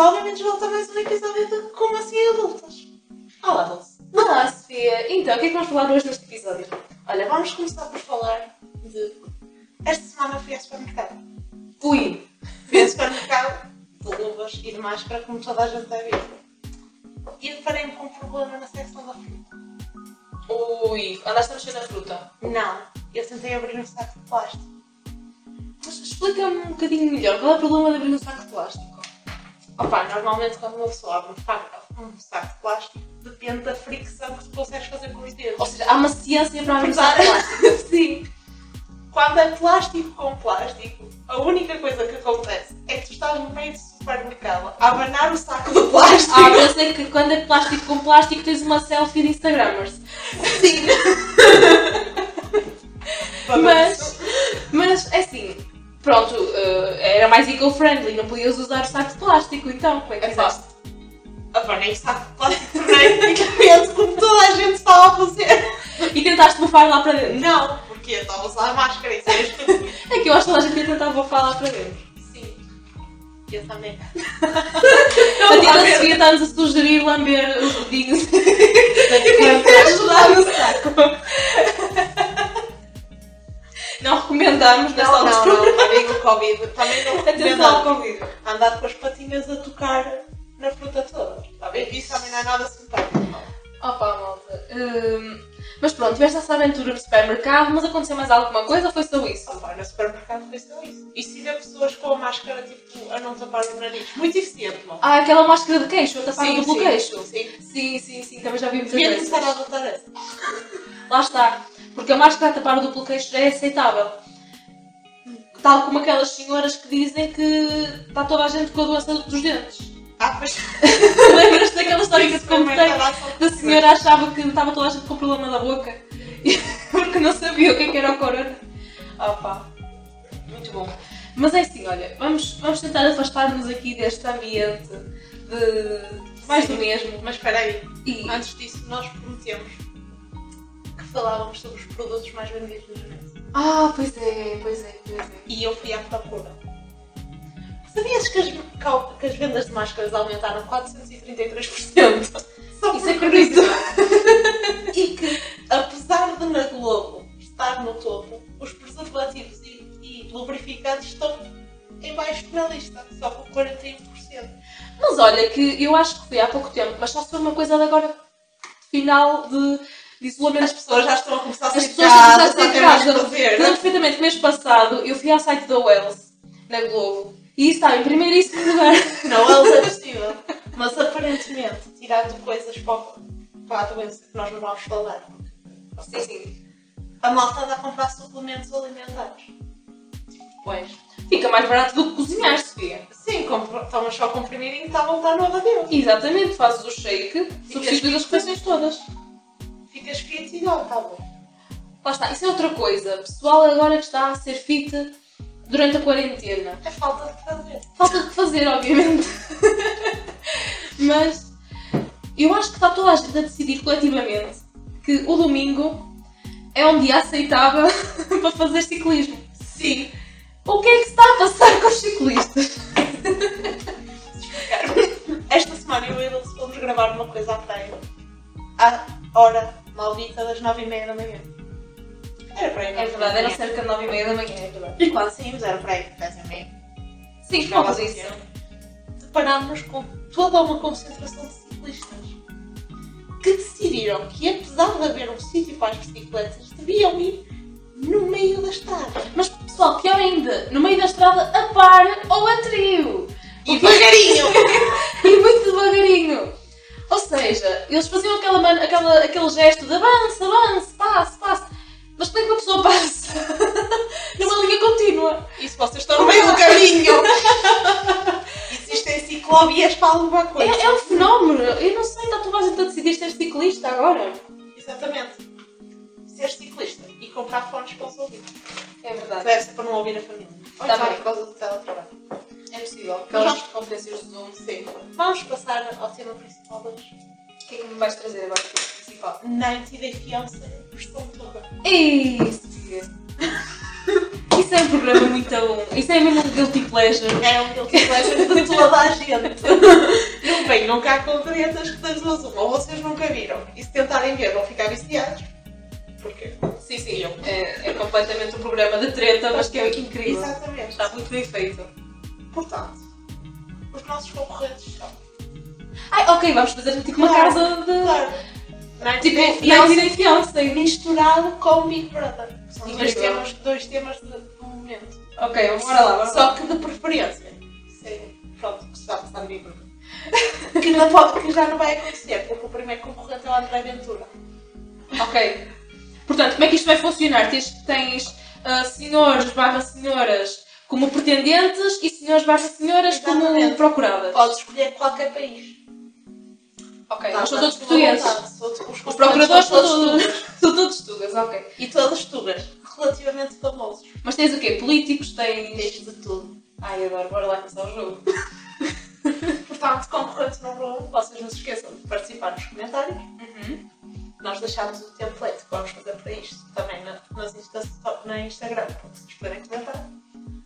Obviamente volta mais um episódio de Como Assim Adultas. Olá, Dulce. Olá, Sofia. Então, o que é que vamos falar hoje neste episódio? Olha, vamos começar por falar de. Esta semana fui ao supermercado. Fui. Fui ao supermercado de luvas e de máscara, como toda a gente deve ir. E deparei-me com um problema na secção da fruta. Ui, andaste a mexer na fruta. Não, eu tentei abrir um saco de plástico. Mas explica-me um bocadinho melhor. Qual é o problema de abrir um saco de plástico? Opa, normalmente quando uma pessoa abre um saco, um saco de plástico, depende da fricção que tu consegues fazer com os dedos. Ou seja, há uma ciência para abrir um saco de plástico. Apesar- Sim. Quando é plástico com plástico, a única coisa que acontece é que tu estás no meio do supermercado a abanar o saco do plástico. Ah, eu sei que quando é plástico com plástico tens uma selfie de Instagramers. sim. Mas, mas é assim, pronto, eh, era mais eco-friendly, não podias usar o saco de plástico, então, como é que É fácil. fizeste? Abanei o saco de plástico é? tecnicamente, como toda a gente estava a fazer. E tentaste bufar lá para dentro? Não, porque eu estava a usar a máscara e sabes É que eu acho que toda a gente ia tentar bufar lá para dentro. Sim. Eu também. A tia lá da dentro. Sofia está-nos a sugerir lamber os dedinhos. ajudar no saco. Não recomendamos nesta Não, não, altura. não, também o Covid. Também não Atenção ao recomendamos. Covid. andar com as patinhas a tocar na fruta toda. Está bem? Isso também não é nada simpático. Opa, malta. Hum, mas pronto, tiveste essa aventura no supermercado, mas aconteceu mais alguma coisa ou foi só isso? Opa, no supermercado foi só isso. E se vê pessoas com a máscara tipo a não tapar o nariz. Muito eficiente, mal. Ah, aquela máscara de queixo, a tapar o duplo queixo. Sim. Sim, sim, sim, também já vi muitas Devia vezes. começar a adotar essa. Lá está. Porque a máscara a tapar o duplo queixo já é aceitável. Tal como aquelas senhoras que dizem que está toda a gente com a doença dos dentes. Ah, pois. Lembras-te daquela história que eu te Principalmente contei? a nossa- Da senhora achava que estava toda a gente com problema na boca e- porque não sabia o que, é que era o corona. Opa, muito bom. Mas é assim, olha, vamos, vamos tentar afastar-nos aqui deste ambiente de mais do Sim. mesmo. Mas espera aí. E Antes disso, nós prometemos que falávamos sobre os produtos mais vendidos no mundo. Ah, pois é, pois é, pois é. E eu fui à procura. Sabias que as, que as vendas de máscaras aumentaram 433%? Só Isso por é curioso. e que, apesar de na Globo estar no topo, os preservativos e, e lubrificantes estão em baixo na lista, só com 41%. Mas olha, que eu acho que foi há pouco tempo, mas só se foi uma coisa de agora final de, de isolamento As pessoas já estão a começar a As sair de pessoas já casa, já estão a têm ter mais casa. a fazer. Lembro perfeitamente que mês passado eu fui ao site da Wells, na Globo, e estava em primeiríssimo lugar. Não é possível. Mas aparentemente, tirando coisas para, o- para a doença que nós não vamos falar, Sim, sim. a malta anda a comprar suplementos alimentares. Pois. Fica mais barato do que cozinhar, Sofia. Sim, compro- tomas só comprimidinho e está a voltar no avião. Exatamente, fazes o shake, substituís as refeições todas. Ficas fit e não, tá bom. Lá está, isso é outra coisa. Pessoal agora que está a ser fit durante a quarentena. É falta de fazer. Falta o que fazer, obviamente. Mas eu acho que está toda a gente a decidir coletivamente que o domingo é um dia aceitável para fazer ciclismo. Sim. O que é que se está a passar com os ciclistas? Esta semana eu e a Dulce fomos gravar uma coisa à praia. À hora maldita das 9h30 da manhã. Era para aí. É verdade, era cerca de 9 e meia da manhã, é verdade. E quando saímos era para aí, 10 h 30 Sim, por causa disso. é. deparámos com toda uma concentração de ciclistas que decidiram que, apesar de haver um sítio para as bicicletas, deviam ir no meio da estrada. Mas pessoal, pior ainda, no meio da estrada a par ou a trio. E devagarinho! E muito devagarinho. Ou seja, eles faziam aquela man- aquela- aquele gesto de avance, avance, passe, passe. Mas como é que uma pessoa passa? Numa linha contínua. e se vocês estão no meio do caminho? Existem ciclovias para alguma É, coisa. é um fenómeno. Eu não sei, está toda a gente a decidir ser ciclista agora. É. Exatamente. Ser ciclista e comprar fones para os ouvidos. É verdade. Deve ser para não ouvir a família. Ou Tá então bem. por causa do teletrabalho. É possível. Aquelas conferências do Zoom, sim. Vamos passar ao tema principal de hoje. O que é que me vais trazer agora? Principal. 90 Day Fiancé, versão toda. Ei, Sofia. É Isso é um programa muito. Isso é mesmo um guilty pleasure. É um guilty pleasure de toda a gente. Eu bem, nunca há conferências que das duas uma, ou vocês nunca viram. E se tentarem ver, vão ficar viciados. Porquê? Sim, sim. É, é completamente um programa de treta, mas que é incrível. Tá. Exatamente. Está muito bem feito. Portanto, os nossos concorrentes são. Ai, ok, vamos fazer tipo uma Claro. casa de. Claro. Tipo, e é Beyoncé e Fiancé. tipo misturado com Big Brother. São dois Incrível. temas, dois temas de do momento. Ok, vamos- bora lá, bora lá. Só que de preferência. Sim. Pronto, que está a passar no Big Brother. que, não pode, que já não vai acontecer, porque o primeiro concorrente é o André Ventura. Ok. Portanto, como é que isto vai funcionar? Tens, tens ah, senhores barra senhoras como pretendentes e senhores barra senhoras como Exatamente. procuradas. Pode escolher qualquer país. Ok, Tá, nós tá, somos todos tudo portugueses. voltado. Todos- Os, Os procuradores são tugas. todos, são todos tugas, ok. E todas tugas. Relativamente famosos. Mas tens o quê? Políticos, tens... Desde de tudo. Ai, adoro, bora lá começar o jogo. Portanto, concorrente número 1, vocês não se esqueçam de participar nos comentários. Uhum. Nós deixámos o template que vamos fazer para isto também na, nas Insta, na Instagram, para vocês poderem comentar.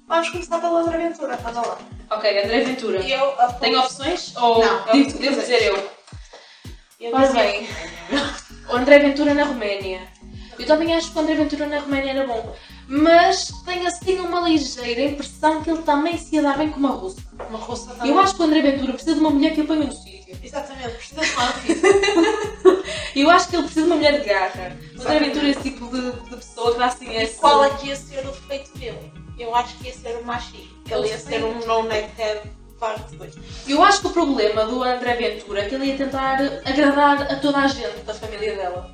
Vamos começar pela outra aventura, anda lá. Ok, André Ventura. E eu apoio. Tem opções ou Não, é o devo, que devo quiseres. dizer eu? eu Ora dizia- bem, o André Ventura na Roménia. Eu também acho que o André Ventura na Roménia era bom, mas tenho assim uma ligeira impressão que ele também se ia dar bem com uma russa. Uma russa também. Eu acho que o André Ventura precisa de uma mulher que Ah, o ponha no sítio. Exatamente, é precisa de uma anfíbia. Eu acho que ele precisa de uma mulher de garra. O André Exatamente. Ventura é esse tipo de, de pessoa que dá assim E esse... qual é que ia ser o defeito dele? Eu acho que ia ser o machismo. Ele ia ser um non-neckhead parte 2. Eu acho que o problema do André Ventura é que ele ia tentar agradar a toda a gente da família dela.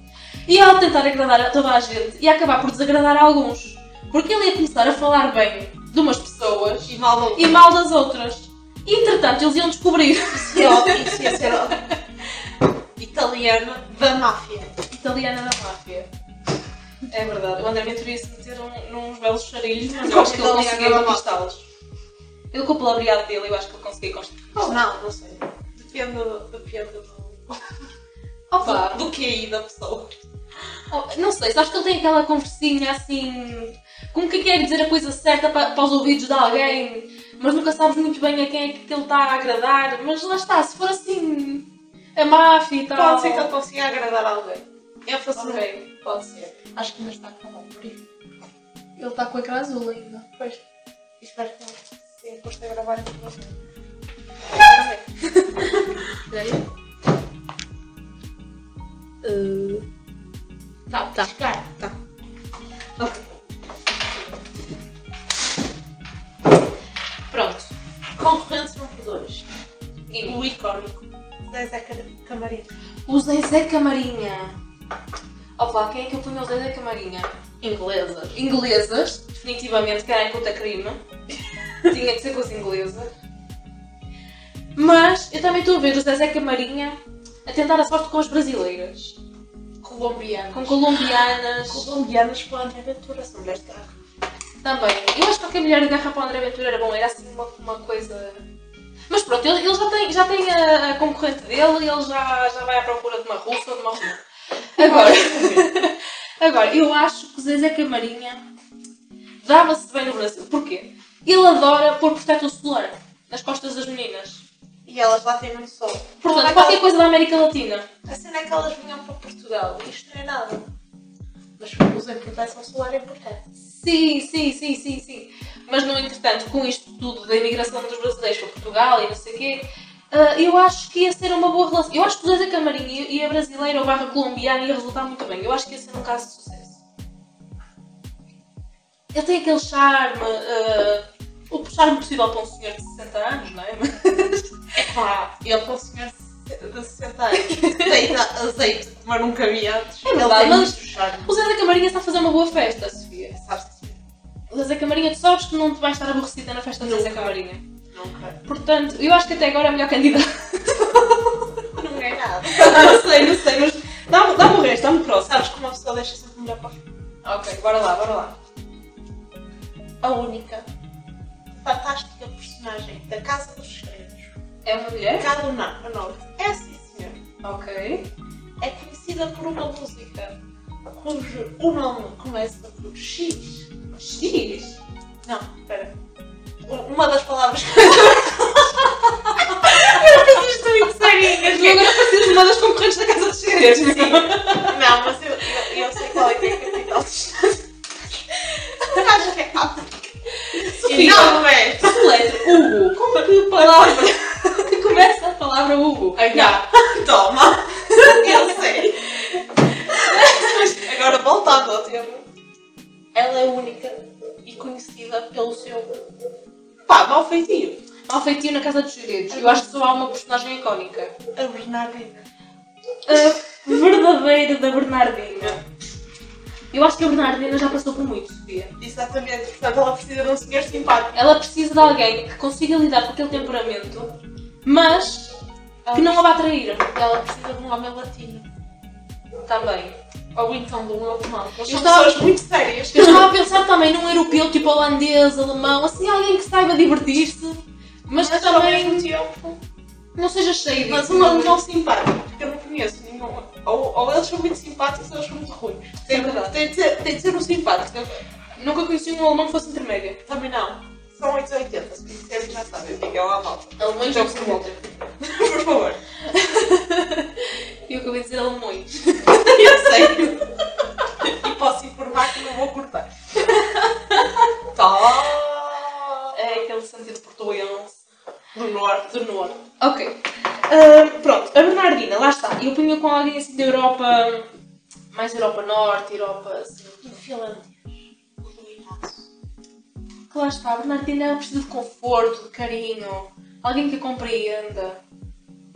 E ao tentar agradar a toda a gente, ia acabar por desagradar a alguns. Porque ele ia começar a falar bem de umas pessoas E mal e mal das outras. Entretanto, eles iam descobrir. Isso ia ser italiana da máfia. Italiana da máfia. É verdade, o André Ventura ia se meter num- num belos charilhos, mas eu acho que ele Italiana da conseguia máfia. conquistá-los. Ele com o palavreado dele, eu acho que ele conseguia conquistá-los. Ou não, não sei. Depende, depende do, Opa, do QI da pessoa. Oh, Não sei, sabes que ele tem aquela conversinha assim. Como que quer dizer a coisa certa pa- para, os ouvidos de alguém, mas nunca sabes muito bem a quem é que ele está a agradar. Mas lá está, se for assim. A máfia e tal. Pode ser que ele consiga agradar alguém. É Eu faço Ok, pode ser. Acho que ainda está com o por isso. Ele está com a cara azul ainda. Pois. Espero que não. Sim, depois de gravar em tudo. Também. Tá, tá. Cara, tá. Pronto. Concorrente número 2. E O icónico. Zezé Ca- Camarim. o Zezé Camarinha. Opa, quem é que eu ponho o Zezé Camarinha? Inglesas. Inglesas, definitivamente, que era em conta crime. Tinha que ser com as inglesas. Mas eu também estou a ver o Zezé Camarinha a tentar a sorte com as brasileiras, Colombianas. com colombianas Colombianas com André Ventura. São mulheres de carro. também. Eu acho que qualquer mulher de garra para o André Ventura era bom, era assim uma, uma coisa. Mas pronto, ele, ele já tem, já tem a, a concorrente dele, ele já, já vai à procura de uma russa ou de uma russa. Agora, agora, eu acho que o Zezé Camarinha dava-se bem no Brasil. Porquê? Ele adora pôr protetor solar nas costas das meninas. E elas lá têm muito sol. Portanto, qualquer coisa da América Latina. A cena é que elas vinham para Portugal e isto não é nada. Mas usem proteção solar é importante. Sim, sim, sim, sim, sim. Mas, no entretanto, com isto tudo da imigração dos brasileiros para Portugal e não sei o quê, ah, eu acho que ia ser uma boa relação. Eu acho que o Zezé Camarinha e e a brasileira ou barra colombiana ia resultar muito bem. Eu acho que ia ser um caso de sucesso. Ele tem aquele charme, ah, o charme possível para um senhor de 60 anos, não é? Pá, ele para um senhor de 60 anos deita azeite, mas nunca vi antes. É verdade, ele tem mas- muito charme. O Zezé Camarinha está a fazer uma boa festa, Sofia. Sabes que O Zezé Camarinha, tu sabes que não te vais estar aborrecida na festa do Zezé Nunca. Camarinha. nunca. Portanto, eu acho que até agora é a melhor candidata. Não é nada. não sei, não sei, mas dá-me dá um o resto, dá-me o próximo. Sabes que uma pessoa deixa sempre melhor para o fim. Ok, bora lá, bora lá. A única fantástica personagem da Casa dos Segredos, É uma mulher? Cada Norte, é sim senhor, Ok. é conhecida por uma música cujo o nome começa por X. X? Não, espera. Uma das palavras Estou serinhas. E agora pareces uma das concorrentes da Casa dos Segredos. Sim. Não, mas eu, eu, eu sei qual é que é a capital do Estado. Acho que é África. Sofia. Não, não é. Letra Hugo. Como que palavra? que começa a palavra Hugo? Ai, Não. Toma. Eu sei. Mas agora voltando ao tema. Ela é única e conhecida pelo seu. pá, mau feitio. Mal um feitio na Casa dos Segredos. Eu acho que só há uma personagem icónica. A Bernardina. A verdadeira da Bernardina. Eu acho que a Bernardina já passou por muito, Sofia. Exatamente, portanto ela precisa de um senhor simpático. Ela precisa de alguém que consiga lidar com aquele temperamento, mas que não a vá trair. Ela precisa de um homem latino. Também. Ou então de um alemão. Eles Eu são estava- pessoas muito sérias. Eu estava a pensar também num europeu, tipo holandês, alemão, assim, alguém que saiba divertir-se, mas que Mas ao mesmo também tempo. não seja cheio de. Mas um alemão simpático, porque eu não conheço nenhum. Ou, ou eles são muito simpáticos ou eles são muito ruins. Tem, É verdade. tem de ser, tem de ser um simpático. eu- Nunca conheci um alemão que fosse intermédio. Também não. São 880, se conhecerem já sabem o que é lá malta. Alemães Jogos de volta. Por favor. Eu acabei de dizer alemães. Eu sei. e posso informar que não vou cortar. Tá. É aquele sentido portuense. Do norte. Do norte. Ok. Ahm, pronto, a Bernardina, lá está. Eu punha com alguém assim da Europa. Mais Europa Norte, Europa assim. Do finlandês. Do Inácio. Que lá está, a Bernardina ela precisa de conforto, de carinho, alguém que a compreenda.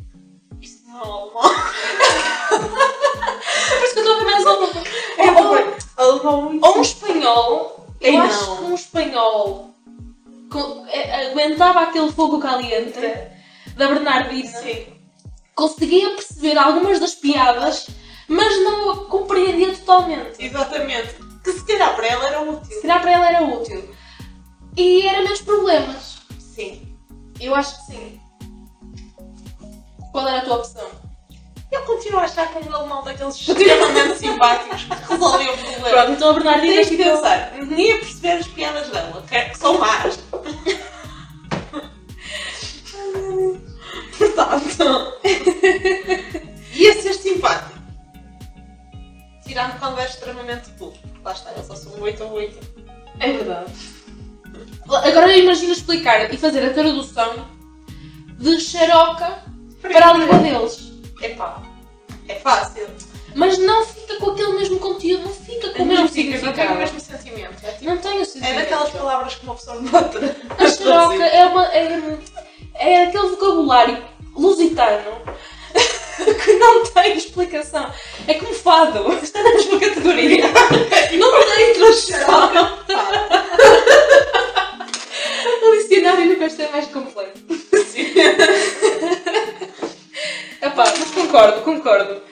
Isso não é alemão. É por isso que eu estou a ver mais alemão. É Ou- alemão. Alemão muito. Ou um espanhol, eu Ei, acho não. que um espanhol co- eh, aguentava aquele fogo caliente da Bernardina, Sim. conseguia perceber algumas das piadas, mas não a compreendia totalmente. Exatamente. Que se calhar para ela era útil. Se calhar para ela era útil. E era menos problemas. Sim. Eu acho que sim. Qual era a tua opção? Eu continuo a achar que um alemão daqueles extremamente simpáticos que resolveu o problema. Pronto, então a Bernardina Tens de ficou- pensar, Uhum. nem a perceber as piadas dela, que é- que são más. Portanto, ia ser simpático. Tirando quando é extremamente burro. Lá está, eu só sou um 8 ou 8. É verdade. Agora imagina explicar e fazer a tradução de xeroca para a língua deles. Epá, é fácil. Mas não fica com aquele mesmo conteúdo, não fica com Não o mesmo fica, não significado. tem o mesmo sentimento. É, tipo- Não tem o é significado. daquelas palavras que uma pessoa nota. A xeroca é, uma, é, é aquele vocabulário lusitano que não tem explicação. É como fado. Está na mesma categoria. Não tem tradução. O dicionário nunca esteve mais completo. Epá, mas concordo, concordo.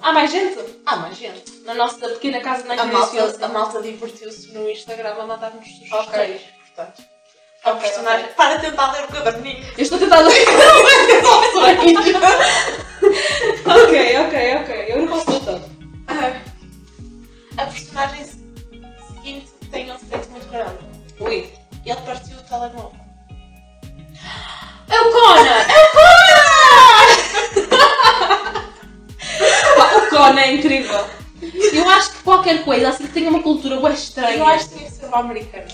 Há mais gente? Ah, mas gente. Na nossa pequena casa na A malta, a Igreja. malta divertiu-se no Instagram a mandar-nos sugestões. Ok. Portanto, a Ok, personagem. Para tentar ler o caderninho. Eu estou a tentar ler as opções. ok, ok, ok. Eu não posso ler tanto. A personagem seguinte tem um defeito muito grande. Ui. Ele partiu o telemóvel. É o Conan! É o Conan! Pá, o Conan é incrível. Eu acho que qualquer coisa, assim que tenha uma cultura bué estranha. Eu acho que tinha que ser uma americana.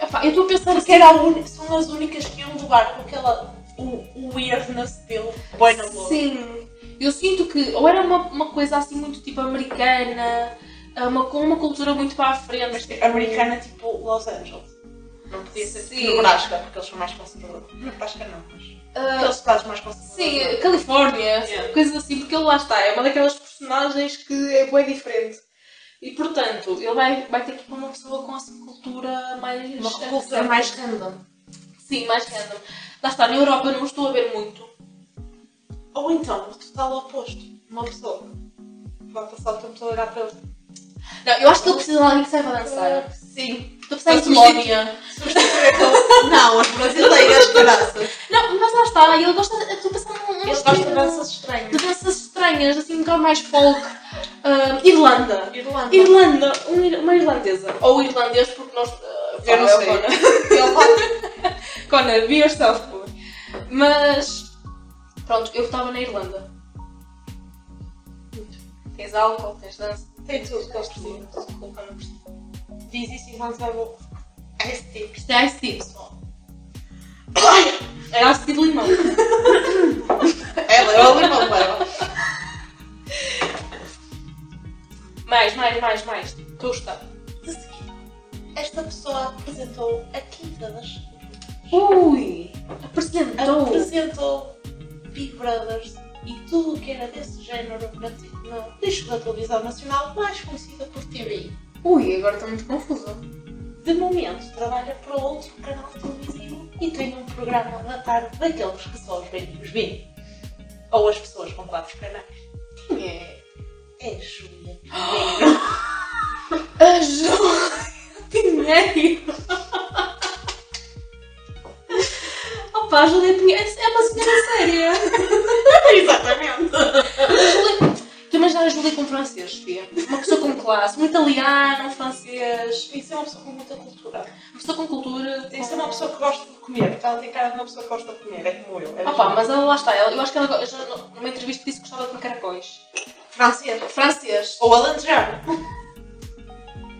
Epá, eu estou a pensar Porque assim. era a uni- são as únicas que iam levar com aquela. O, o weirdness dele. Boa na boa. Sim. Eu sinto que ou era uma, uma coisa assim muito tipo americana, ah, uma, com uma cultura muito para a frente. Mas tipo, americana tipo Los Angeles. Não podia ser tipo Sim. Nebraska, porque eles são mais conservadores. Nebraska não, mas. Ah, Aqueles estados mais conservadores. Sim, Califórnia, Yeah. coisas assim, porque ele lá está, é uma daquelas personagens que é bem diferente. E portanto, ele vai, vai ter que ir para uma pessoa com assim cultura é mais. Uma cultura mais random. Sim, mais random. Lá está, na Europa eu não estou a ver muito. Ou então, o total oposto. Uma pessoa vai passar o tempo todo a olhar para ele. Ah, Não, eu acho que ele precisa de alguém que saiba dançar. Sim. Tu precisa de Para substituir. Polónia. Substituir aquele. Não, as brasileiras, graças. Não, mas lá está, ele gosta. eu Estou a pensar num. num Eles gostam de estilo- danças de estranhas. danças estranhas, assim, um bocado mais folk. Ah, Irlanda. Irlanda. Irlanda, um ir- uma irlandesa. Ou irlandês, porque nós ah, Eu não é o sei. Conan. Ele lá- Conan, be yourself, boy. Mas. Pronto, eu estava na Irlanda. Tens álcool, tens dança. Tem tudo que eles Sim, precisam. tudo que o Conan precisa. Diz isso e vamos ao meu. Ice tea. Isto é ice tea, pessoal. Era ice tea de limão. Ela é o limão, leva. Mais, mais, mais, mais. Estou a gostar. De seguida, esta pessoa apresentou a quinta das Ui! Apresentou! apresentou Big Brothers e tudo o que era desse género na, no lixo da televisão nacional, mais conhecida por TV. Ui, agora estou muito confusa. De momento, trabalha para outro canal televisivo e tem um programa da tarde daqueles que só os velhinhos veem. Ou as pessoas com quatro canais. Quem é? É Júlia. A Joana Pinheiro! Opa, a Júlia Pinheiro é uma senhora séria! Exatamente. A Júlia... Tu imaginas a Júlia com francês, Fia? Uma pessoa com classe, um italiano, um francês, Isso é uma pessoa com muita cultura. uma pessoa com cultura. Isso é uma pessoa que gosta de comer. Ela tem cara de uma pessoa que gosta de comer. É como eu. É Opa, mas ela lá está, ela- eu acho que ela go- já numa entrevista disse que gostava de comer caracóis. francês. Francês! Ou alentejano.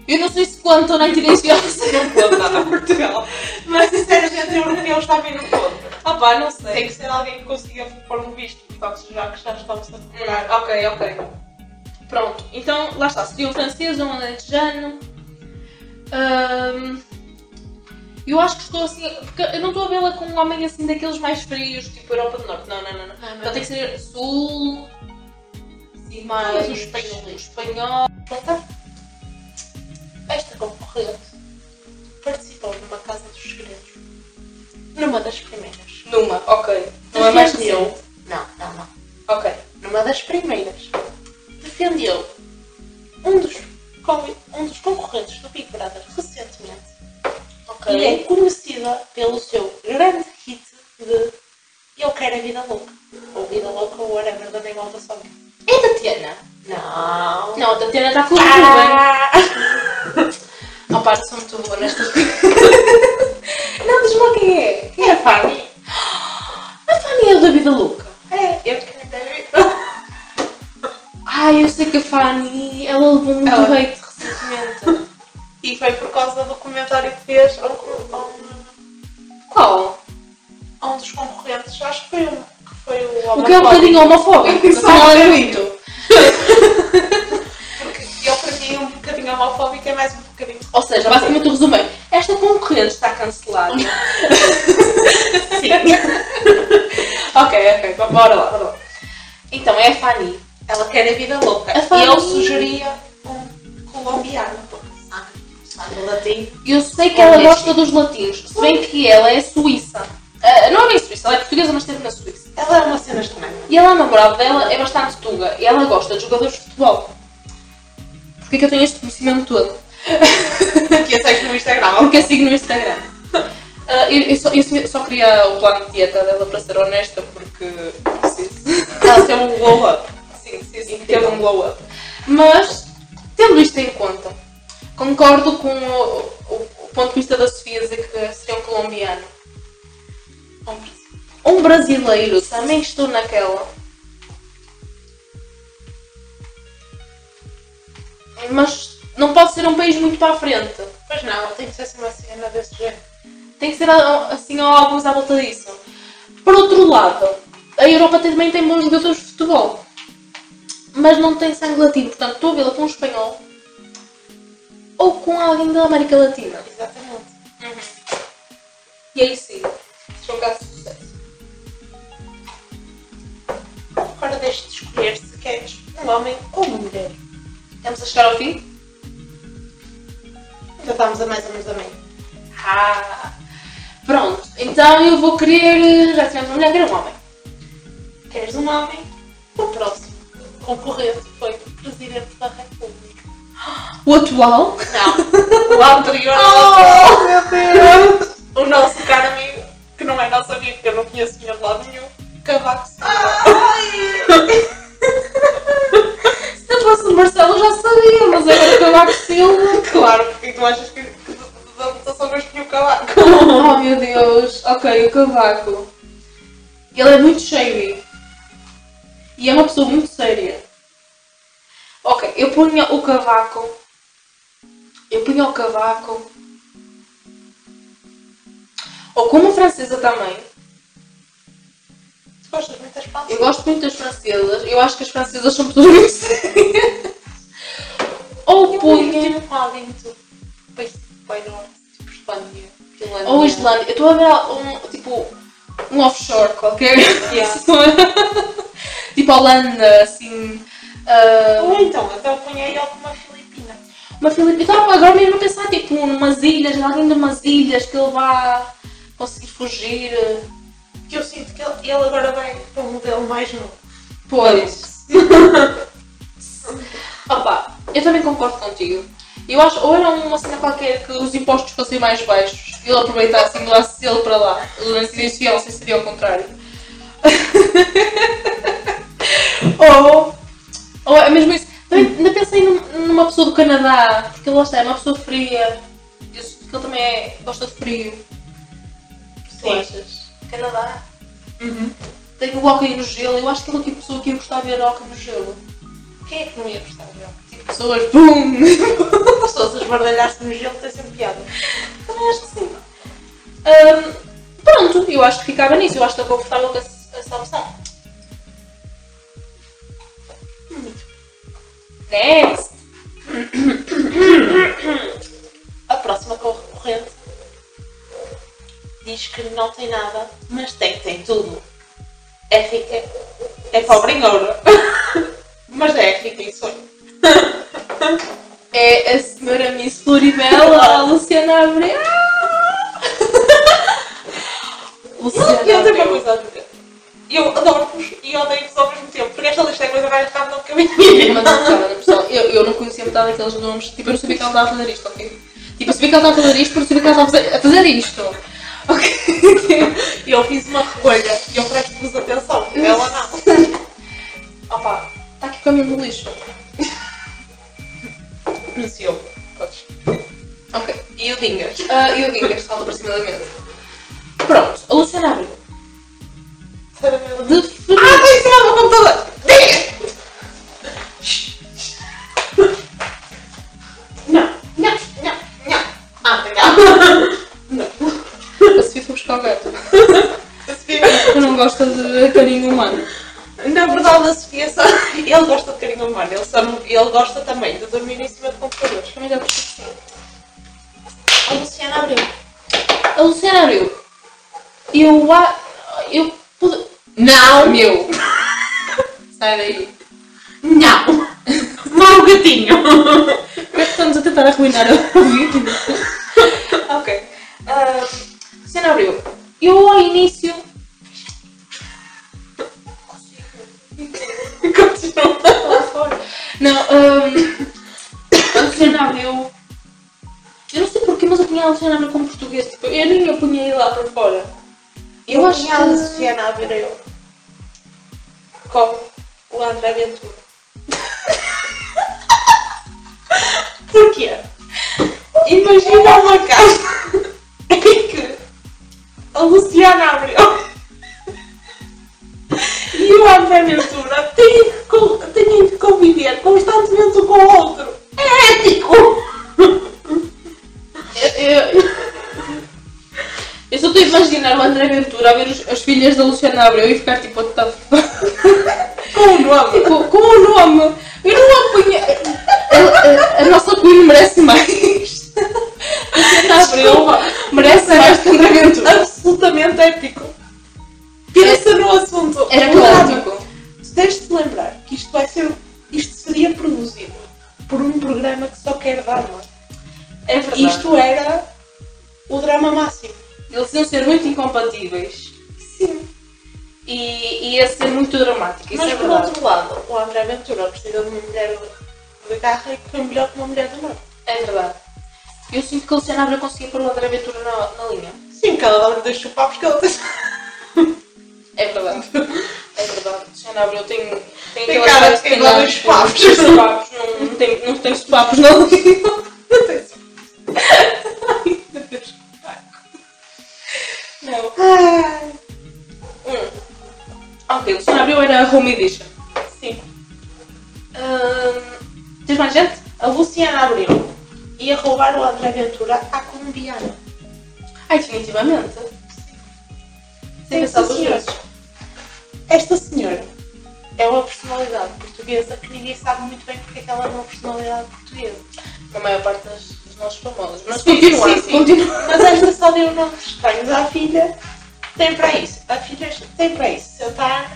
Eu não sei se quanto na incidência. Não conta para Portugal. Mas isso era gente europeu, está bem no ponto. Opa, não Tem sei. que ser alguém que consiga pôr um visto, portanto, já que já estamos a procurar. Hum, ok, ok. Pronto, então lá está. Seria um francês, um alentejano. Ahm, eu acho que estou assim. Porque eu não estou a vê-la com um homem assim daqueles mais frios, tipo Europa do Norte. Não, não, não. não. Não, não. Então tem que ser sul. Sim, Mas mais. o espanhol. o espanhol. Então, esta concorrente participou numa Casa dos Segredos. Numa das primeiras. Numa, ok. é Defendeu- Não, não, não. Ok. Numa das primeiras. Defendeu um dos, con- um dos concorrentes do Big Brother recentemente. Ok. E é conhecida pelo seu grande hit de Eu Quero a Vida Louca. Ou Vida Louca ou whatever da Neymar da Song. É a Tatiana? Não. Não, a Tatiana está com o Ruben. Ah! Opa, eu sou muito boa nestas coisas. não, diz-me lá quem é. E a Fanny? A Fanny é o da vida louca. É, eu quero a vida Ai, eu sei que a Fanny, ela levou muito Ela- hate recentemente. E foi por causa do comentário que fez a um, a um- Qual? a um dos concorrentes. Acho que foi um. Que foi o O que é um homofóbico. bocadinho homofóbico. Exato. Afinal, é muito. Porque eu, para mim, um bocadinho homofóbico é mais um bocadinho. Ou seja, basicamente o resumo é, esta concorrente está cancelada. Sim. ok, ok, b- bora lá, bora lá. Então, é a Fanny. Ela quer a vida louca. A Fanny- E eu sugeria um colombiano, porque sangue, sangue latino. Eu sei que ela Olha, gosta dos latinos, se bem que ela é suíça. Ah, não é bem suíça, ela é portuguesa, mas esteve na Suíça. Ela é uma cena estranha. E ela, o namorado dela, é bastante tuga. E ela gosta de jogadores de futebol. Porquê que eu tenho este conhecimento todo? Que eu sei no Instagram. Porque eu sigo no Instagram. Ah, eu, eu só, eu só queria o plano de dieta dela para ser honesta, porque preciso. Ela tem um glow up. Sim, sim, E teve um glow up. Mas, tendo isto em conta, concordo com o, o- o ponto de vista da Sofia dizer que seria um colombiano. Um brasileiro, também estou naquela. Mas não pode ser um país muito para a frente. Pois não, tem que ser assim uma cena desse género. Tem que ser ah, assim ou alguns à volta disso. Por outro lado, a Europa também tem bons jogadores de futebol. Mas não tem sangue latino, portanto estou a vê-la com um espanhol ou com alguém da América Latina. Exatamente. E aí sim, sou um caso de sucesso. Agora deixe de escolher se queres um homem ou uma mulher. Estamos a chegar ao fim? Ainda estamos a mais ou menos a meio. Ah! Pronto, então eu vou querer. Já tivemos uma mulher, quero um homem. Queres um homem? O próximo concorrente foi o Presidente da República. O atual? Não, o anterior. Oh, meu Deus! O nosso caro amigo, que não é nosso amigo, que eu não conheço nenhum de lado nenhum, Cavaco Silva. Se fosse o Marcelo eu já sabia, mas agora que eu acho Silva. Claro, porque tu achas que, que da votação só não escolhi o cavaco. Oh meu Deus, ok, o cavaco. Ele é muito shady. E é uma pessoa muito séria. Ok, eu punha o cavaco. Eu punha o cavaco. Ou como francesa também. Tu gostas muito das Eu palavras? gosto muito das francesas. Eu acho que as francesas são pessoas muito sérias. Ou punha. Eu um tipo, com alguém do país de Pairão, tipo Espanha, Finlândia. Ou Islândia. Eu estou a ver um, tipo, um offshore qualquer. Yeah. tipo Holanda, assim. ah, Ou então, até eu punhei alguma filipina. uma Filipina. Eu estava agora mesmo a pensar, tipo, numas ilhas, alguém de umas ilhas que ele vá conseguir fugir. Que eu sinto que ele, ele agora vai para um modelo mais novo. Pois. Opa, eu também concordo contigo. Eu acho, ou era uma cena qualquer que os impostos fossem mais baixos e ele aproveitasse e mudasse ele para lá. Ele não seria fiel, se seria ao contrário. ou, ou é mesmo isso. Também, ainda pensei num- numa pessoa do Canadá, porque lá está, é uma pessoa fria. Eu sinto que ele também é- gosta de frio. O que tu Sim. achas? Canadá? Tem o hockey no gelo, eu acho que ele é o tipo de pessoa que ia gostar de ver hockey no gelo. Quem é que não ia gostar dele? Tipo, pessoas, BUM! Pessoas a esbardalhar-se no gelo tem sempre piada. Também acho que sim. Ahm, pronto, eu acho que ficava nisso, eu acho que estou confortável com essa essa opção. Next! A próxima concorrente diz que não tem nada, mas tem, tem tudo. É rica, é pobre em ouro, mas é rica em sonho. É a senhora Miss Floribela, a Luciana Abreu! Eu eu tenho uma Abreu. coisa a dizer. Eu adoro-vos e odeio-vos ao mesmo tempo, porque esta lista é coisa vai acabar no caminho. Mas eu ficava na pressão. Eu, eu não conhecia metade daqueles nomes. Tipo, eu não sabia que ela estava a fazer isto, ok? Tipo, eu sabia que ela estava a fazer isto, porque eu sabia que ela estava a fazer, a fazer isto. Ok? Eu fiz uma recolha e eu presto-vos atenção, ela não. Opa, Está aqui o caminho do lixo. conheci eu. Podes. Ok. E o Dingas. Ah, eu digo que salta para cima da mesa. Pronto. A Luciana abriu. Ah, Definitivamente. tem em cima do computador! Dingas! Não, não, não, não. Ah, obrigada. A Sofia foi buscar o gato. Eu não gosto de carinho humano. Na verdade, a Sofia só. Ele gosta de carinho humano, ele, só não- ele gosta também de dormir em cima de computadores. Também já gostei assim. A Luciana abriu. A Luciana abriu. Eu a. Eu. pude- Não! Meu! Sai daí. Não! Não, um gatinho! Como é que estamos a tentar arruinar a vida? ok. Ah, Luciana abriu. Eu ao início. continua. Não, hum, a Luciana abriu. Eu não sei porquê, mas eu punha a Luciana abriu como português. Tipo, eu nem eu punha ele lá para fora. Eu acho tinha a que. Sofia na abriu. Com o André Ventura. Porquê? Imagina uma casa em que a Luciana abriu e o André Ventura têm de co- têm de conviver constantemente um com o outro. É ético! Eu, eu, eu só estou a imaginar o André Ventura a ver os- as filhas da Luciana Abreu e ficar tipo, what the fuck? Com o nome. Tipo, com o nome. Eu não apunha. A, a- a nossa Queen merece mais. A Luciana Abreu Desculpa. merece mais que André Ventura. absolutamente épico. Pensa no assunto. Era Cuidado. clássico. Tu tens de te lembrar que isto vai ser. Isto seria produzido por um programa que só quer drama. É verdade. Isto era o drama máximo. Eles iam ser muito incompatíveis. Sim. E ia ser muito dramático. Isso Mas é por verdade. outro lado, o André Ventura precisa de uma mulher de garra e que foi melhor que uma mulher do norte. É verdade. Eu sinto que a Luciana Abreu conseguia pôr o André Ventura na, na linha. Sim, que ela não deixa chupar porque ela tem. É verdade. É verdade. Luciana Abreu tem. Tem, Tem aquela cara cara de quem gosta nada de sopapos. de sopapos. Não, não tem, não tem sopapos na linha. Não tem. Ai, meu Deus. um. Ok, o Luciano Abreu era a Home Edition. Sim. Ahn, tens mais gente? A Luciana Abreu ia roubar o André Ventura à colombiana. Ai, definitivamente. Sem Sim, pensar duas senhora. vezes. Esta senhora é uma personalidade portuguesa que ninguém sabe muito bem porque é que ela é uma personalidade portuguesa. Na maior parte das- dos nossos famosos. Mas Sim, continua, assim. sim, sim. continua. Mas esta só deu nomes estranhos à filha. Tem para isso. A filha tem para isso. 60 anos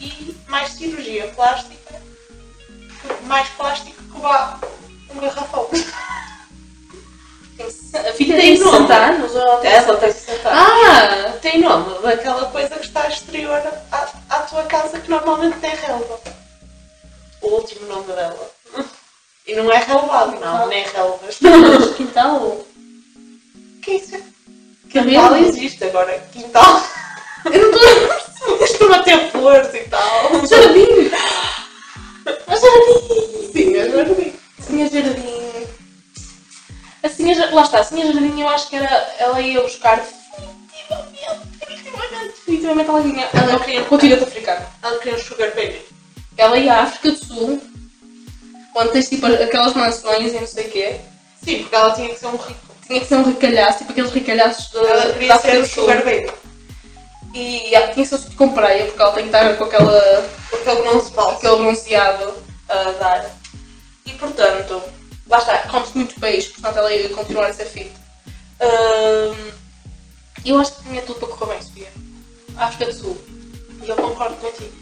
e mais cirurgia plástica. que- Mais plástico que vá um garrafão. Tem se- A filha Tem tem, nome. 60 anos? Ou ela tem Ela 60? tem 60 anos. Ah, tem nome. daquela- Aquela coisa que está exterior à, à tua casa que normalmente tem relva. O último nome dela. E não é relvado, não, nem relvas. Quintal? que é isso? Quintal Camelo? existe agora. Quintal. Eu não estou. Estou a ter flores e tal. Jardim! A É jardim! Sim, é jardim. Senha Jardim. A Senha Jardim. Lá está, a Senha Jardim eu acho que era, ela ia buscar definitivamente, definitivamente, definitivamente alguém. Ela não queria o continente africano. Ela queria um sugar baby. Ela ia à África do Sul, onde tens tipo aquelas mansões e não sei o quê. Sim, porque ela tinha que ser um rico. Tinha que ser um recalhaço, tipo aqueles recalhaços da, Ela da queria África ser do um Sul. sugar baby. E ah, tinha que ser de com praia, porque ela tem que estar com aquela, Porque ele não se fala. aquele bronzeado a dar. E portanto, lá está, come-se muito peixe, portanto ela ia continuar a ser fit. Ahm, eu acho que tinha tudo para correr bem, Sofia. é África do Sul. E eu concordo contigo.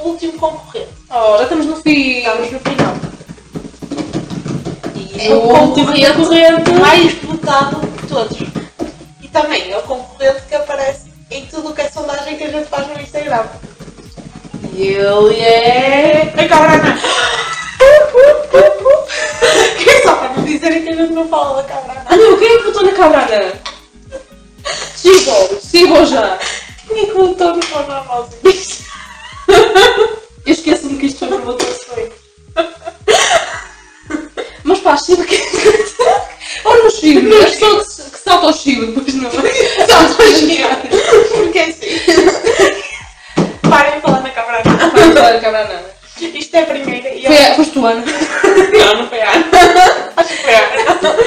O último concorrente. Oh, já estamos no fim. Estamos no final. E É o concorrente. mais votado de todos. E também é o concorrente que aparece em tudo o que é sondagem que a gente faz no Instagram. E ele é. A cabrana! que é só para não dizerem que a gente não fala da cabrana. Ah não, quem é que botou na cabrana? Sigam, sigam já. Quem é que votou no Panamá? Isto Eu esqueço-me que isto foi para votou foi. Mas pá, Chile que. Ou no Chile, mas só que- que salta ao Chile, depois não. Salta ao Chile. Porque é assim. Parem de falar na cabrana. Vai embora, cabranada. Isto é a primeira e Foi, eu... a- foste tu, Ana. Não, não foi a Ana. Acho que foi a Ana.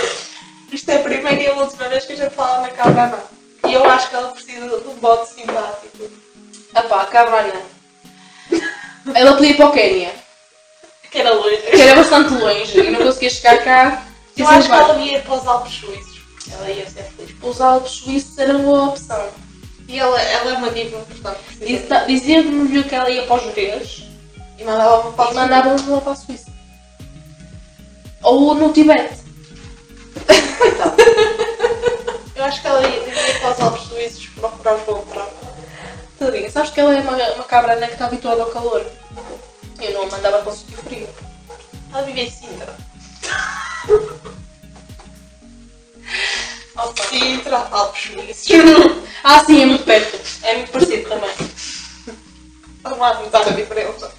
Isto é a primeira e a última vez que a gente fala na cabrana. E eu acho que ela precisa de um bote simpático. Ah pá, cabrana. Ela podia ir para o Quénia, Que era que loira. era bastante longe e não conseguia chegar cá. Eu acho que ela ia para os Alpes Suíços. Ela ia ser feliz. Os Alpes Suíços era boa opção. E ela, ela é uma diva, portanto. precisa- Dizia-me que ela ia para os Jerez E mandava-me para e os- mandavam-me lá um para a Suíça. Ou no Tibete. Eu acho que ela ia, ia para os Alpes Suíços procurar um os contratos. Tadinha, sabes que ela é uma, uma cabrana que está habituada ao calor. Eu não a mandava para o sítio frio. Ela vive em Sintra. Opa. Sintra, Alpes Suíços. Ah, sim, é muito perto. É muito parecido também. Não há muita diferença.